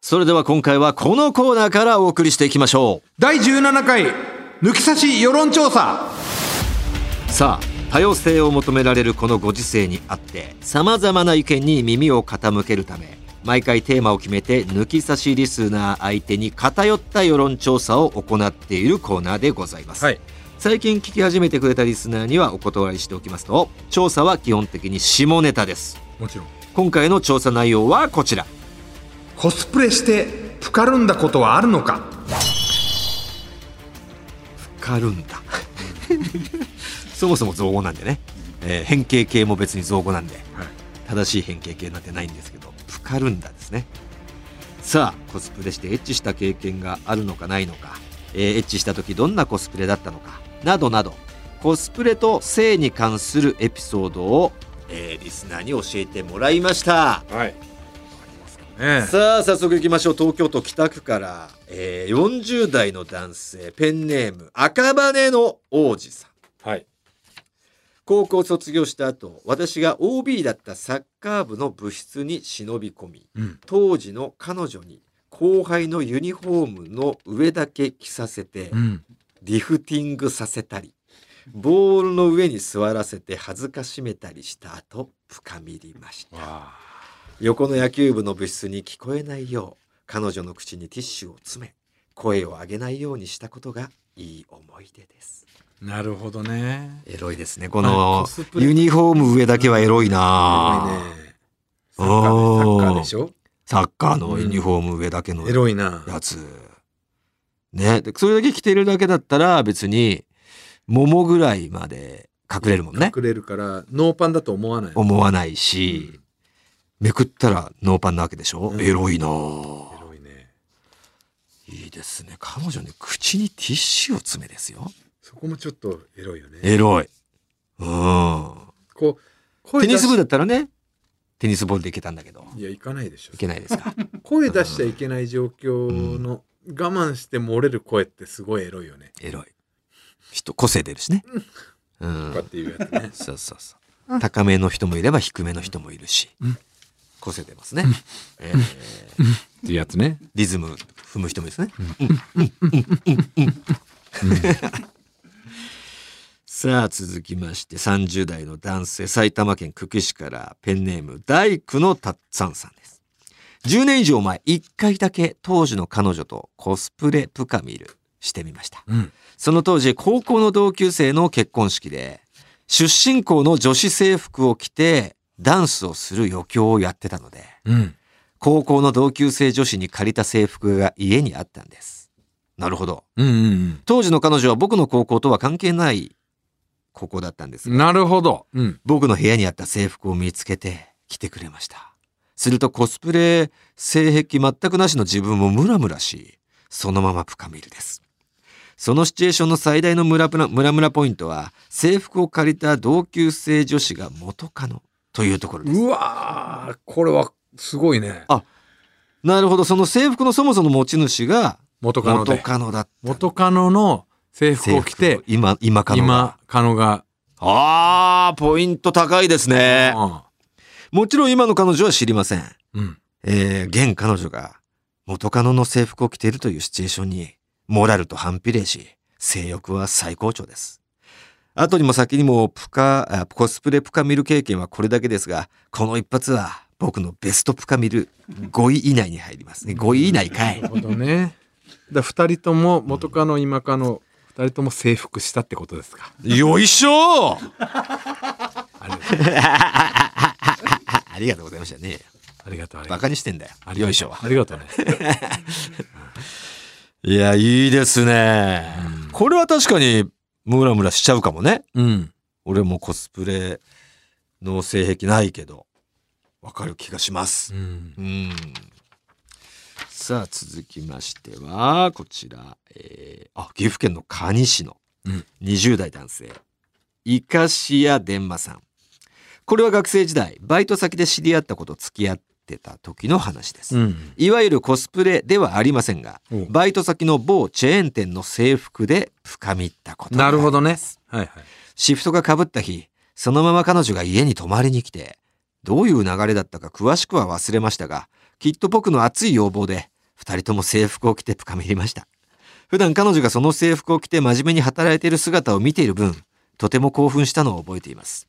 それでは今回はこのコーナーからお送りしていきましょ第17回抜き差し世論調査うさあ多様性を求められるこのご時世にあってさまざまな意見に耳を傾けるため毎回テーマを決めて抜き差しリスナー相手に偏った世論調査を行っているコーナーでございます、はい最近聞き始めてくれたリスナーにはお断りしておきますと調査は基本的に下ネタですもちろん今回の調査内容はこちらコスプレしてプカるんだことはあるのかかるんだ そもそも造語なんでね、えー変形形も別に造語なんで、はい正しい変形形なんてないんですけどプカルンダですねさあコスプレしてエッチした経験があるのかないのか、えーエッチした時どんなコスプレだったのかなどなどコスプレと性に関するエピソードを、えーリスナーに教えてもらいましたはいねさあ早速いきましょう東京都北区から、えー40代の男性ペンネーム赤羽の王子さんはい高校卒業した後私が OB だったサッカー部の部室に忍び込みうん当時の彼女に後輩のユニフォームの上だけ着させてうんリフティングさせたりボールの上に座らせて恥ずかしめたりした後深みりましたわあ横の野球部の部室に聞こえないよう彼女の口にティッシュを詰め声を上げないようにしたことがいい思い出ですなるほどねエロいですねこあのコスプレユニフォーム上だけはエロいエロないねサッカーおーでサッカーでしょサッカーのユニフォーム上だけのエロいなやつねでそれだけ着てるだけだったら別に桃ぐらいまで隠れるもんね隠れるからノーパンだと思わない思わないし、うんめくったらノーパンなわけでしょ、うんエロいなエロいねいいですね彼女ね口にティッシュを詰めですよそこもちょっとエロいよねエロい。うん。こう声テニス部出しだったらね、テニスボールでいけたんだけど、いや行かないでしょいけない ですか。声出しちゃいけない状況の我慢して漏れる声ってすごいエロいよねエロい。人、個性出るしね。うとかっん。ていうやつねそうそうそう。高めの人もいれば低めの人もいるしうん、個性出ますね。えーっていうやつねリズム踏む人もいるんですね。さあ続きまして30代の男性埼玉県久喜市からペンネーム大工のたっつぁんさんです10年以上前1回だけ当時の彼女とコスプレプカミルしてみましたうんその当時高校の同級生の結婚式で出身校の女子制服を着てダンスをする余興をやってたのでうん高校の同級生女子に借りた制服が家にあったんです。なるほど。うんうん当時の彼女は僕の高校とは関係ない高校だったんですが、なるほどうん僕の部屋にあった制服を見つけて着てくれました。するとコスプレ性癖全くなしの自分もムラムラし、そのままプカミルです。そのシチュエーションの最大のムラプラムラムラポイントは、制服を借りた同級生女子が元カノというところです。うわーこれはすごいねあなるほど、その制服のそもそも持ち主が元カノ元でカノだった。元カノの制服を着制て服今、今カノが。今カノがあー、ポイント高いですね。もちろん今の彼女は知りません。うんえー、現彼女が元カノの制服を着ているというシチュエーションに、モラルと反比例し、性欲は最高潮です。後にも先にもプカ、あコスプレプカミル経験はこれだけですが、この一発は僕のベストプカミル5位以内に入りますね。5位以内かいなる。ほどねだ2人とも元カノ今カノ2人とも征服したってことですかよいしょありがとうありがとうございましたね。ありがとうありバがとカにしてんだよ。うよいしょは。ありがとうねいや、いいですね。これは確かに、ムラムラしちゃうかもね。うん俺もコスプレの性癖ないけど、わかる気がしますう。んうん。さあ、続きましては、こちら、えーあ、岐阜県の蟹市のうん20代男性、イカシアデンマさん。これは学生時代、バイト先で知り合ったこと付き合ってた時の話です。うんいわゆるコスプレではありませんがお、バイト先の某チェーン店の制服で深みったこと。なるほ。どねはいはいシフトが被った日、そのまま彼女が家に泊まりに来て、どういう流れだったか詳しくは忘れましたが、きっと僕の熱い要望で、二人とも制服を着て深め入りました。普段彼女がその制服を着て真面目に働いている姿を見ている分、とても興奮したのを覚えています。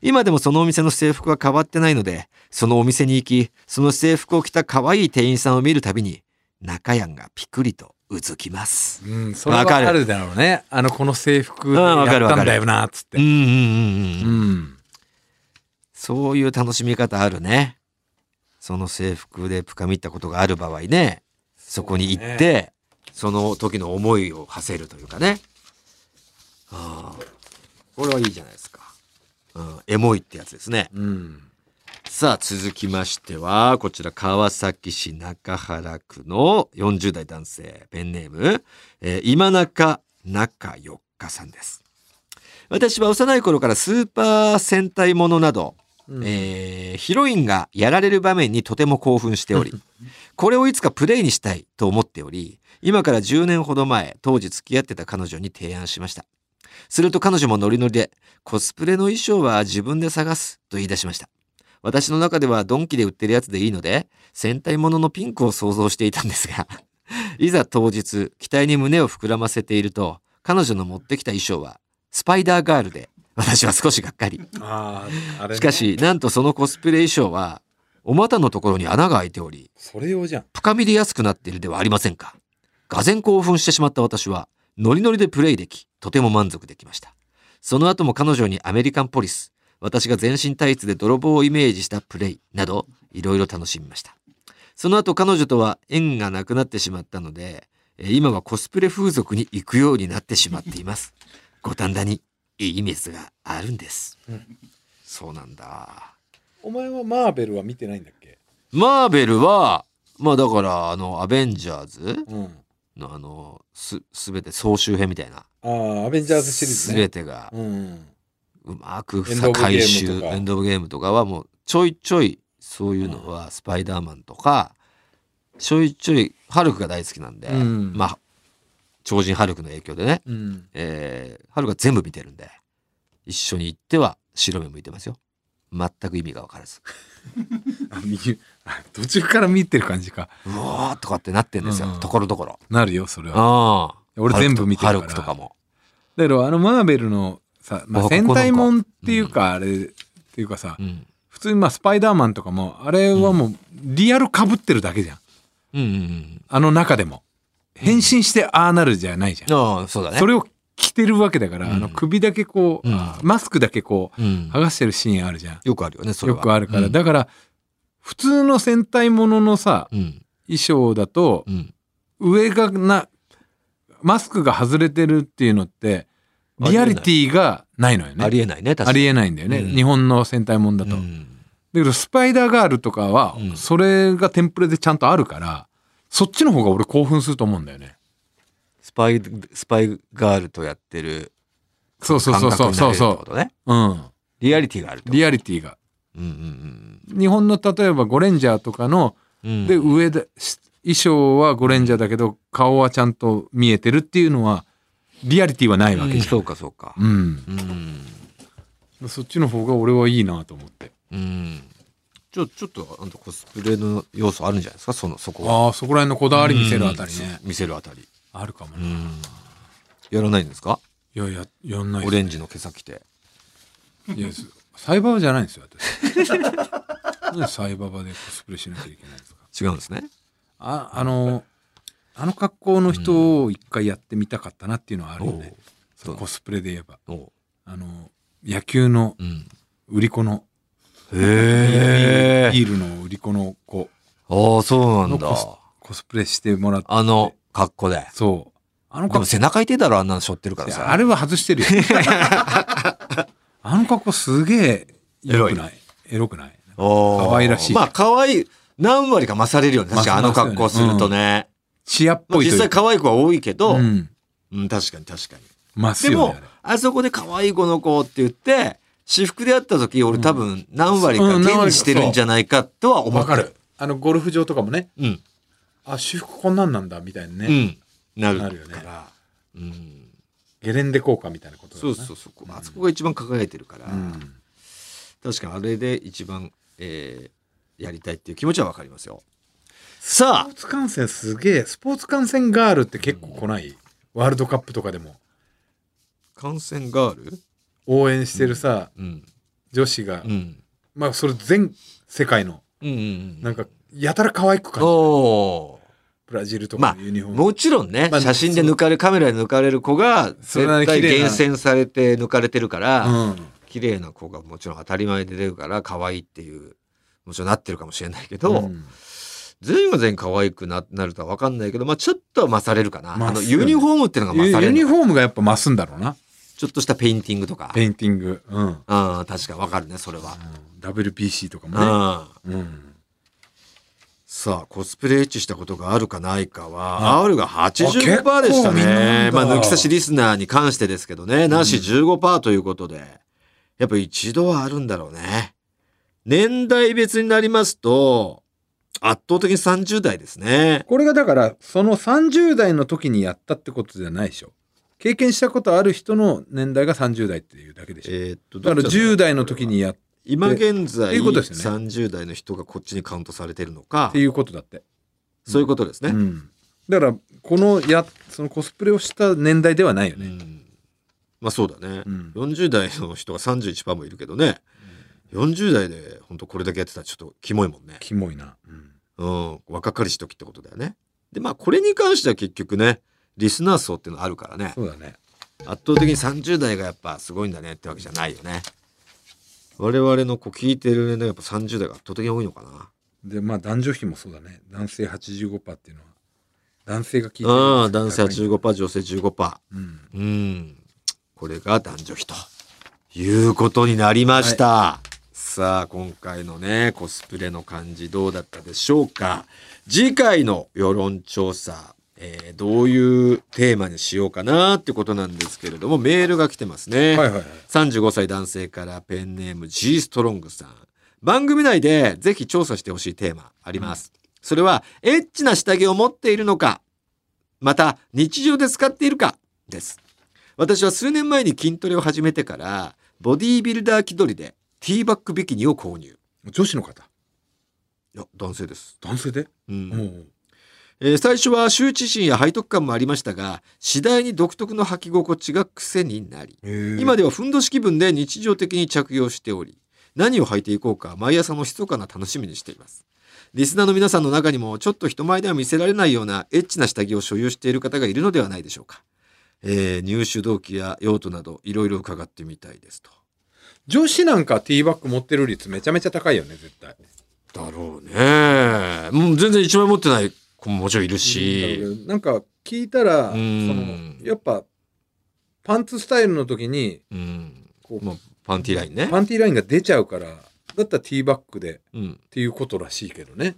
今でもそのお店の制服は変わってないので、そのお店に行き、その制服を着た可愛い店員さんを見るたびに、中やんがピクリとうずきます。うん、それはわかるあるだろうね。あの、この制服うんやわっかるわかるたんだよな、つっうんて。うんうんうんう。ん。そういう楽しみ方あるね。その制服で深みったことがある場合ね、そこに行って、そ,、の時の思いを馳せるというかね。ああ、これはいいじゃないですか。うん、エモいってやつですね。うん。さあ、続きましては、こちら、川崎市中原区の40代男性、ペンネーム、えー今中中四日さんです。私は幼い頃からスーパー戦隊ものなど、うんえーヒロインがやられる場面にとても興奮して おり、これをいつかプレイにしたいと思っており、今から10年ほど前、当時付き合ってた彼女に提案しました。すると彼女もノリノリで、コスプレの衣装は自分で探すと言い出しました。私の中ではドンキで売ってるやつでいいので、戦隊もののピンクを想像していたんですが、 いざ当日、期待に胸を膨らませていると、彼女の持ってきた衣装は、スパイダーガールで、私は少しがっかり。ああ、あれねしか、し、なんとそのコスプレ衣装は、お股のところに穴が開いており、それ用じゃん。深みで安くなっているではありませんか。がぜん興奮してしまった私は、ノリノリでプレイでき、とても満足できました。その後も彼女にアメリカンポリス、私が全身タイツで泥棒をイメージしたプレイなど、いろいろ楽しみました。その後彼女とは縁がなくなってしまったので、えー今はコスプレ風俗に行くようになってしまっています。五反田にいいイメージがあるんです。うんそうなんだ。お前はマーベルは見てないんだっけマーベルは、まあだから、あの、アベンジャーズうん。のあの、す、すべて総集編みたいな。ああ、アベンジャーズシリーズすね。べてが、うん。うまくエンドオブゲームとか回収、エンドオブゲームとかはもう、ちょいちょい、そういうのは、スパイダーマンとか、ちょいちょい、ハルクが大好きなんで、うんまあ、超人ハルクの影響でね、うん。えー、ハルクは全部見てるんで、一緒に行っては、白目向いてますよ。全く意味がわからず。あ右あ途中から見てる感じか。うわーとかってなってんですよう、んところどころ。なるよ、それは。ああ。俺全部見てるからハルクとかも。だけど、あの、マーベルのさ、まああ、ここなん戦か隊もんっていうか、あれ、っていうかさう、ん。普通にまあ、スパイダーマンとかも、あれはもう、リアル被ってるだけじゃん。うんうんあの中でも。変身してああなるじゃないじゃんうん。。ああ、そうだね。それを着てるわけだから、うんあの首だけこう、うんマスクだけこう、うん剥がしてるシーンあるじゃん。よくあるよね、それよは。くあるから。うんだから、普通の戦隊もののさ、うん。衣装だとう、ん。上がな、マスクが外れてるっていうのって、リアリティがないのよね。ありえないね、確かあに。りえないんだよね。うん日本の戦隊もんだと。うだんけど、スパイダーガールとかはう、んそれがテンプレでちゃんとあるから、そっちの方が俺興奮すると思うんだよね。スパイ、スパイガールとやってるそうそう感そう覚そうになそれるっうてこそとね。う。うん。リアリティがあるってこと。リアリティが。うんうん日本の例えばゴレンジャーとかの、うんうん。で上でし衣装はゴレンジャーだけど顔はちゃんと見えてるっていうのはリアリティはないわうけん、じゃん。そうかそうか。うん、うん。そっちの方が俺はいいなと思って。うん。ちょ、ちょっと、あんたコスプレの要素あるんじゃないですか、その、そこは。ああそこら辺のこだわり見せるあたりうんね。。見せるあたり。あるかもうね。ん。やらないんですかいやいややんないオレンジの毛先で。いやすサイババじゃないんですよ私。なんでサイババでコスプレしなきゃいけないんですか。違うんですね。ああのあの格好の人を一回やってみたかったなっていうのはあるよね。おうコスプレで言えばおうあの野球のうん。売り子のへえ。ビールの売り子の子ああ、そうなのんだコ。スコスプレしてもらってあの、格好で。そうあので格も好背中痛いだろ、あんなの背負ってるからさ。あれは外して るよあの格好すげえエロくないエロくないおー可愛らしいまあ、可愛い。何割か勝れるよね。確かにあの勝り格ますよね好するとね。チアっまあぽい実という際か可愛い子は多いけど、う、うんん確かに確かに。まっすでよもね、あそこで可愛い子の子って言って、私服で会った時、俺多分何割かうん手にしてるんじゃないかとはあれ思ってあのゴルフ場とかもねうん。あ私服こんなんなんだみたいなね、うん。なるなるよねから。うん。ゲレンデ効果みたいなことだそようねそうそう。あそこが一番輝いてるから。うん確かにあれで一番、えーやりたいっていう気持ちはわかりますよ。さスポーツ観戦すげえスポーツ観戦ガールって結構来ない、ワールドカップとかでもあ感染ガール応援してるさ、うん女子が、うんまあそれ全世界のうんうんなんかやたら可愛く感じるおブラジルとまかあのユニフォーム、もちろんね、まあ写真で抜かれカメラで抜かれる子がそれなり絶に綺対麗な厳選されて抜かれてるから、うん、綺麗な子がもちろん当たり前で出るから可愛いっていうもちろんなってるかもしれないけど、うん全員全員可愛くななるとは分かんないけど、まあ、ちょっとは勝れるかな、まああのユニフォームっていうのがユ勝ユれニるフォームがやっぱ増すんだろうなちょっとしたペインティングとかペインティング、うんうんあ確か分かるねそれは、 WBC とかもね、ああうん、さあコスプレエッチしたことがあるかないかは R が85%あでした結構みんなねだまあ抜き差しリスナーに関してですけどねなし15%ということで、やっぱ一度はあるんだろうね年代別になりますと圧倒的に30代ですねこれがだからその30代の時にやったってことじゃないでしょ経験したことある人の年代が30代っていうだけでしょ、えーっとだから10代の時にやっ今現在、っていうことですよね30代の人がこっちにカウントされてるのかていうことだって、そういうことですね、うん、だからこのやそのコスプレをした年代ではないようね、んまあそうだね、うん40代の人が31%もいるけどね、40代で本当これだけやってたらちょっとキモいもんね、キモいな、うんうん、若かりし時ってことだよねでまあこれに関しては結局ねリスナー層っていうのあるからねそうだね圧倒的に30代がやっぱすごいんだねってわけじゃないよね我々のこう聞いてる年代がやっぱ30代が圧倒的に多いのかなでまあ男女比もそうだね男性85%っていうのは男性が聞いてるああ男性は高い15%女性15%うんうん。これが男女比ということになりました。さあ、今回のね、コスプレの感じどうだったでしょうか。次回の世論調査、えーどういうテーマにしようかなってことなんですけれども、メールが来てますね。はいはいはい35歳男性からペンネーム G ストロングさん。番組内でぜひ調査してほしいテーマあります。それは、エッチな下着を持っているのか、また日常で使っているかです。私は数年前に筋トレを始めてから、ボディービルダー気取りでティーバックビキニを購入。女子の方いや、男性です。男性で、うんおうえー最初は羞恥心や背徳感もありましたが、次第に独特の履き心地が癖になり、今ではふんどし気分で日常的に着用しており何を履いていこうか毎朝の密かな楽しみにしていますリスナーの皆さんの中にもちょっと人前では見せられないようなエッチな下着を所有している方がいるのではないでしょうか、えー入手動機や用途などいろいろ伺ってみたいですと女子なんかティーバッグ持ってる率めちゃめちゃ高いよね絶対だろうねもう全然一枚持ってない子ももちろんいるしなんか聞いたらうそんのやっぱパンツスタイルの時にうんこうまあパンティーラインねパンティーラインが出ちゃうからだったらティーバッグでっうんていうことらしいけどね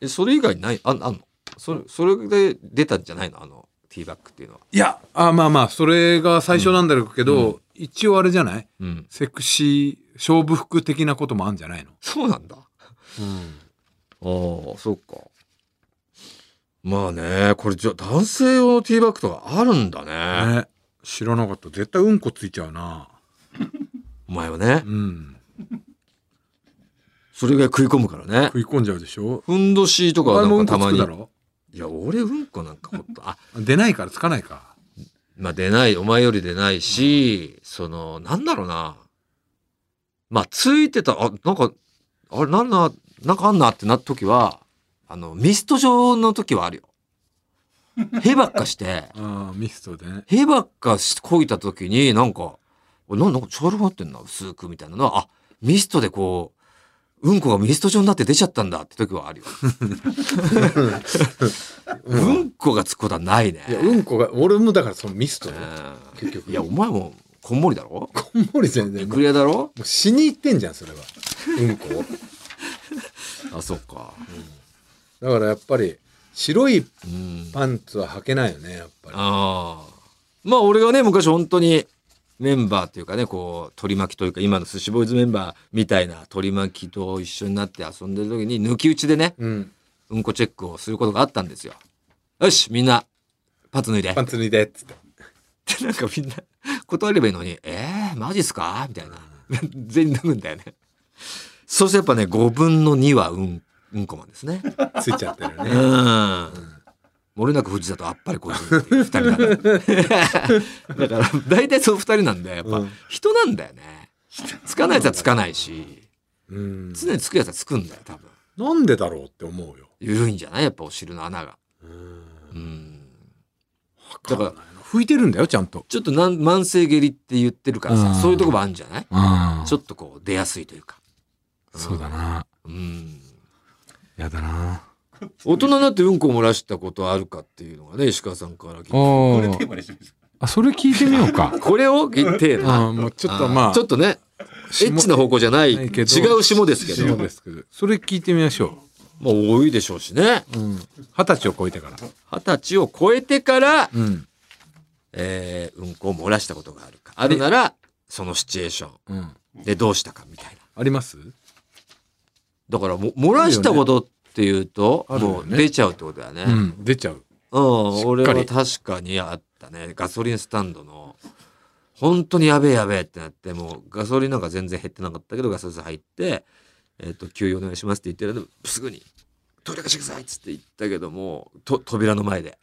えそれ以外ないああんのそれそれで出たんじゃないのあのティーバッグっていうのは、いやあまあまあそれが最初なんだろうけど、一応あれじゃないうん、セクシー勝負服的なこともあるんじゃないの、そうなんだ。ああ、そっか。まあね、これじゃ男性用のティーバッグとかあるんだね。ね知らなかった絶対うんこついちゃうなお前はねう、んそれが食い込むからね。食い込んじゃうでしょふんどしとかおは前なもうんんこかたつまくに。だろいや、俺うんこなんかほっと、あ、出ないからつかないかまあ出ない、お前より出ないし、その、なんだろうな。まあついてた、あ、なんか、あれなんな、なんかあんなってなった時は、あの、ミスト状の時はあるよ。へばっかして。ああミストでねへばっかしこいた時になんか、おななんか茶色くなってんな、薄くみたいなのは、あ、ミストでこう、うんこがミスト状になって出ちゃったんだって時はあるよ。うんこがつくことはないね。いやうんこが俺もだからそのミストだよう結局んいや、お前もこんもりだろこんもり全然もクリアだろう死に行ってんじゃんそれはうんこをあ、そっか。だからやっぱり白いうん。パンツは履けないよねやっぱりああ。まあ俺がね、昔本当にメンバーっていうかね、こう、取り巻きというか、今の寿司ボーイズメンバーみたいな取り巻きと一緒になって遊んでる時に、抜き打ちでね、うんうんこチェックをすることがあったんですよ。よし、みんな、パンツ脱いで。パンツ脱いでっつってって なんかみんな、断ればいいのに、えー、マジっすかみたいな。全員脱ぐんだよね。そうするとやっぱね、5分の2はうんうんこマンですね。ついちゃってるうね。ん。もれなく藤田とあっぱれこいつ二人だから。だ から、大体その二人なんで、やっぱうん人なんだよね。つかないやつはつかないし、うん。常につくやつはつくんだよ、多分。なんでだろうって思うよ。緩いんじゃないやっぱお汁の穴が。うん。うん。だから、拭いてるんだよ、ちゃんと。ちょっとなん慢性下痢って言ってるからさ、うんそういうとこもあるんじゃないあちょっとこう出やすいというか。そうだな。うん。やだな。大人になってうんこ漏らしたことあるかっていうのがね、石川さんから聞いて。これおテーマにしましょあ、それ聞いてみようか。これを言ってえな。 あもうちょっとまあ、ちょっとね、エッチな方向じゃない、な違いけうど下ですけそうど、ですけど、それ聞いてみましょまあ多いでしょうしね。う。うん。二十歳を超えてから。二十歳を超えてから、うん。えー、うんこを漏らしたことがあるか。あるなら、そのシチュエーショうん。ンでどうしたかみたいな。ありますだからもう漏らしたことっていうと、あるよねもう出ちゃうってことだよね。ううん、ん。出ちゃう。俺しっかはり確かにあったね。ガソリンスタンドの、本当にやべえやべえってなって、もうガソリンなんか全然減ってなかったけど、ガソリンスタンド入って、えっ、と、給油お願いしますって言ってるのすぐに、トイレ貸してくださいっつって言ったけども、と、扉の前で。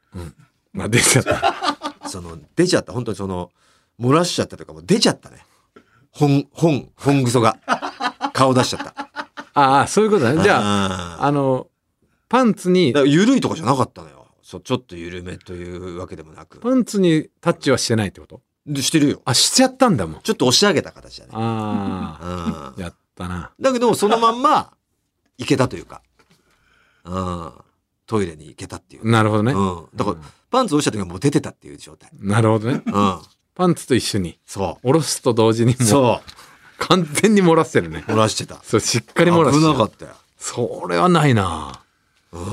まあ、出ちゃった。その、出ちゃった。本当にその、漏らしちゃったというか、もう出ちゃったね。本、本、本ぐそが。顔出しちゃった。 ああ、そういうことだ ね。じゃあ、ゃあの、パンツにだか、ら緩いとかじゃなかったのよそうちょっと緩めというわけでもなくパンツにタッチはしてないってことでしてるよあ、しちゃったんだもん。ちょっと押し上げた形だね、あうあ、やったな。ん、だけどそのまんま行けたというか、うん、トイレに行けたっていう、なるほどね。うん、だから、うんパンツ落ちた時はもう出てたっていう状態、なるほどね。うん、パンツと一緒に、そおろすと同時にうもう、そ完全に漏らしてるねう。漏らしてたそう、しっか危り漏らしてなるか。ったよ、それはないな。うん、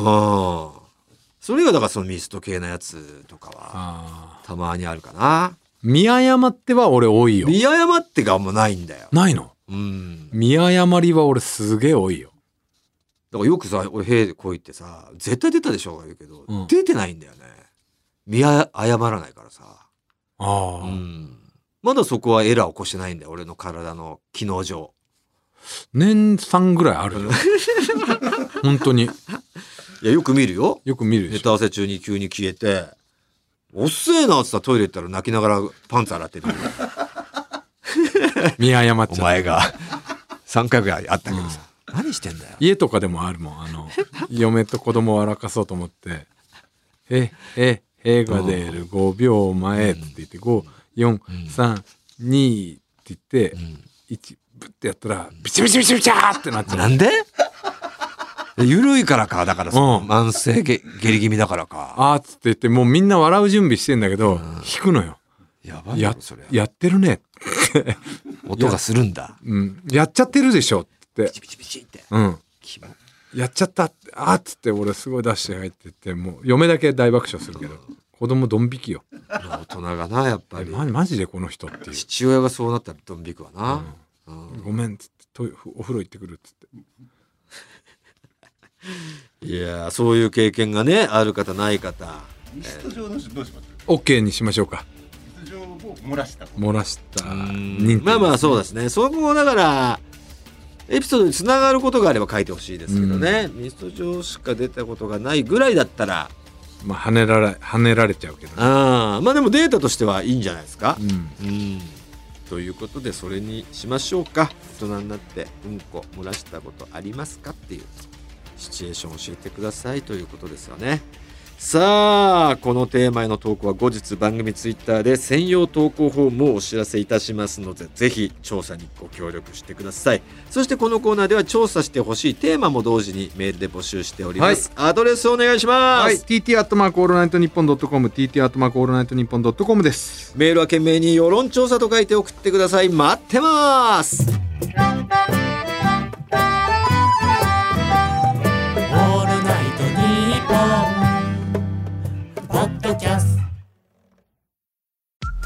それがだからそのミスト系なやつとかはああ。たまにあるかな見誤っては俺多いよ。見誤ってがあんまないんだよ、ないのうん、見誤りは俺すげえ多いよ。だからよくさ俺「へえ」こいってさ絶対出たでしょうが言うけど、うん出てないんだよね見あ誤らないからさ、あうあ、ん、まだそこはエラー起こしてないんだよ俺の体の機能上年3ぐらい あるよ。本当に。いやよく見るよよく見るでネしょ。タ合わせ中に急に消えて「おっせえな」っつったらトイレ行ったら泣きながらパンツ洗ってる見誤っ おちゃう。前が3回ぐらいあったけどさ、何してんだよ家とかでもあるもん。あの、嫁と子供を笑かそうと思って、え、え、えが出る5秒前って言って、5、4、3、2って言って、1、ブッてやったら、ビチャビチャビチャビチャーってなっちゃなう。んでゆるいからかだからさ、うん慢性下下痢気味だからかあーっつって言って、もうみんな笑う準備してんだけど、引くのよ。やばいよやそれ、やってるね。音がするんだうん。やっちゃってるでしょってピ。チピチピチって。うん。キモやっちゃったってあーっつって俺すごい出して入ってってもう嫁だけ大爆笑するけど子供ドン引きよ大人がな、やっぱり。ママジでこの人っていう父親がそうなったらドン引くわな。うんごめんっつってトイレお風呂行ってくるっつっていやー、そういう経験がね、ある方、ない方。うミスト状の人どうします OK にしましょうかミスト状を漏らしたこと漏らした認定まあまあ、そうですね。そこもだから、エピソードにつながることがあれば書いてほしいですけどね。ミスト上しか出たことがないぐらいだったら、まあ跳ねられ跳ねられちゃうけどねあーまあでもデータとしてはいいんじゃないですかう。んうん。ということで、それにしましょうか。大人になって、うんこ漏らしたことありますかっていうシチュエーションを教えてくださいということですよね。さあ、このテーマへの投稿は後日番組ツイッターで専用投稿フォームをお知らせいたしますので、ぜひ調査にご協力してください。そしてこのコーナーでは調査してほしいテーマも同時にメールで募集しております。アドレスお願いします。はい TT アットマークオールナイトニッポンドットコム TT アットマークオールナイトニッポンドットコムですメールは懸命に世論調査と書いて送ってください待ってますオールナイトニッポン」ポッドキャスト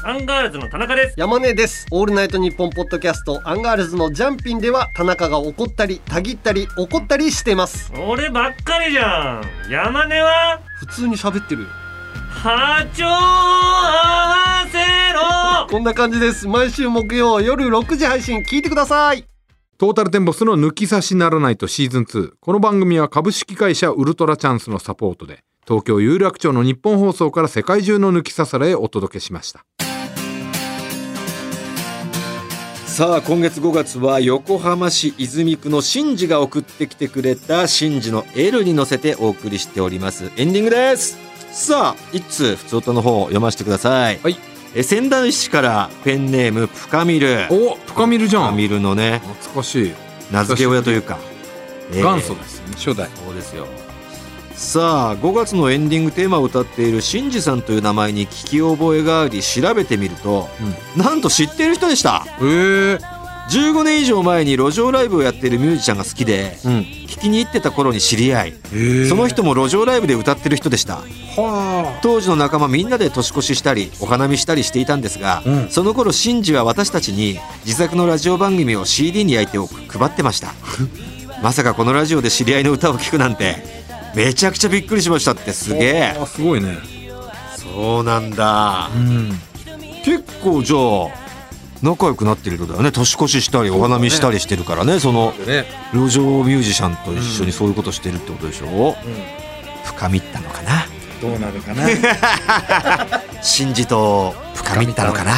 アンガールズの田中です。山根です。オールナイトニッポンポッドキャストアンガールズのジャンピンでは田中が怒ったり、たぎったり、怒ったりしてます。俺ばっかりじゃん。山根は普通に喋ってるよ。波長を合わせろこんな感じです。毎週木曜夜6時配信聞いてください。トータルテンボスの抜き差しならないとシーズン2。この番組は株式会社ウルトラチャンスのサポートで、東京有楽町の日本放送から世界中の抜き差されへお届けしました。さあ今月5月は横浜市泉区の真治が送ってきてくれた真治の L に乗せてお送りしておりますエンディングですさあ一通普通音の方を読ませてくださいはいえ仙台市からペンネームプカミルプおプカミルじゃカんミルのね懐かしい。名付け親というか、えー元祖ですよね、初代。そうですよさあ5月のエンディングテーマを歌っているシンジさんという名前に聞き覚えがあり調べてみると、なんと知っている人でしたえー、 15年以上前に路上ライブをやっているミュージシャンが好きで、うん。聞きに行ってた頃に知り合い、えその人も路上ライブで歌ってる人でしたは当時の仲間みんなで年越ししたりお花見したりしていたんですが、うんその頃シンジは私たちに自作のラジオ番組を CD に焼いておく配ってました まさかこのラジオで知り合いの歌を聴くなんてめちゃくちゃびっくりしましたってすげえあ。あ、すごいね。そうなんだうん。結構じゃあ仲良くなってるってことだよね年越ししたりお花見したりしてるからねそのね。路上ミュージシャンと一緒にそういうことしてるってことでしょ、深みったのかなどうなるか な。真珠と深みったのかな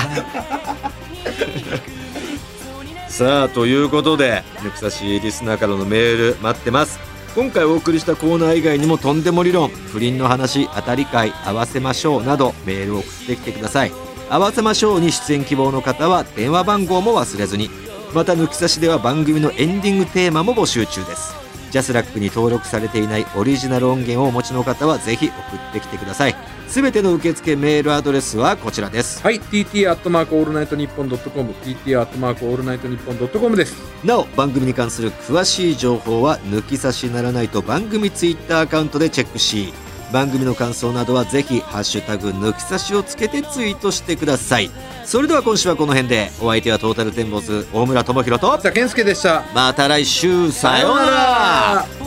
さあということで抜き差しリスナーからのメール待ってます今回お送りしたコーナー以外にもとんでも理論不倫の話当たり会合わせましょうなどメールを送ってきてください合わせましょうに出演希望の方は電話番号も忘れずにまた抜き差しでは番組のエンディングテーマも募集中ですジャスラックに登録されていないオリジナル音源をお持ちの方はぜひ送ってきてくださいすべての受付メールアドレスはこちらですはい、TT アットマークオールナイトニッポンドットコム、TT アットマークオールナイトニッポンドットコムです。なお番組に関する詳しい情報は抜き差しならないと番組ツイッターアカウントでチェックし番組の感想などはぜひ「ハッシュタグ抜き差し」をつけてツイートしてくださいそれでは今週はこの辺でお相手はトータルテンボス大村智広とさあ、健介でした。また来週さようならら。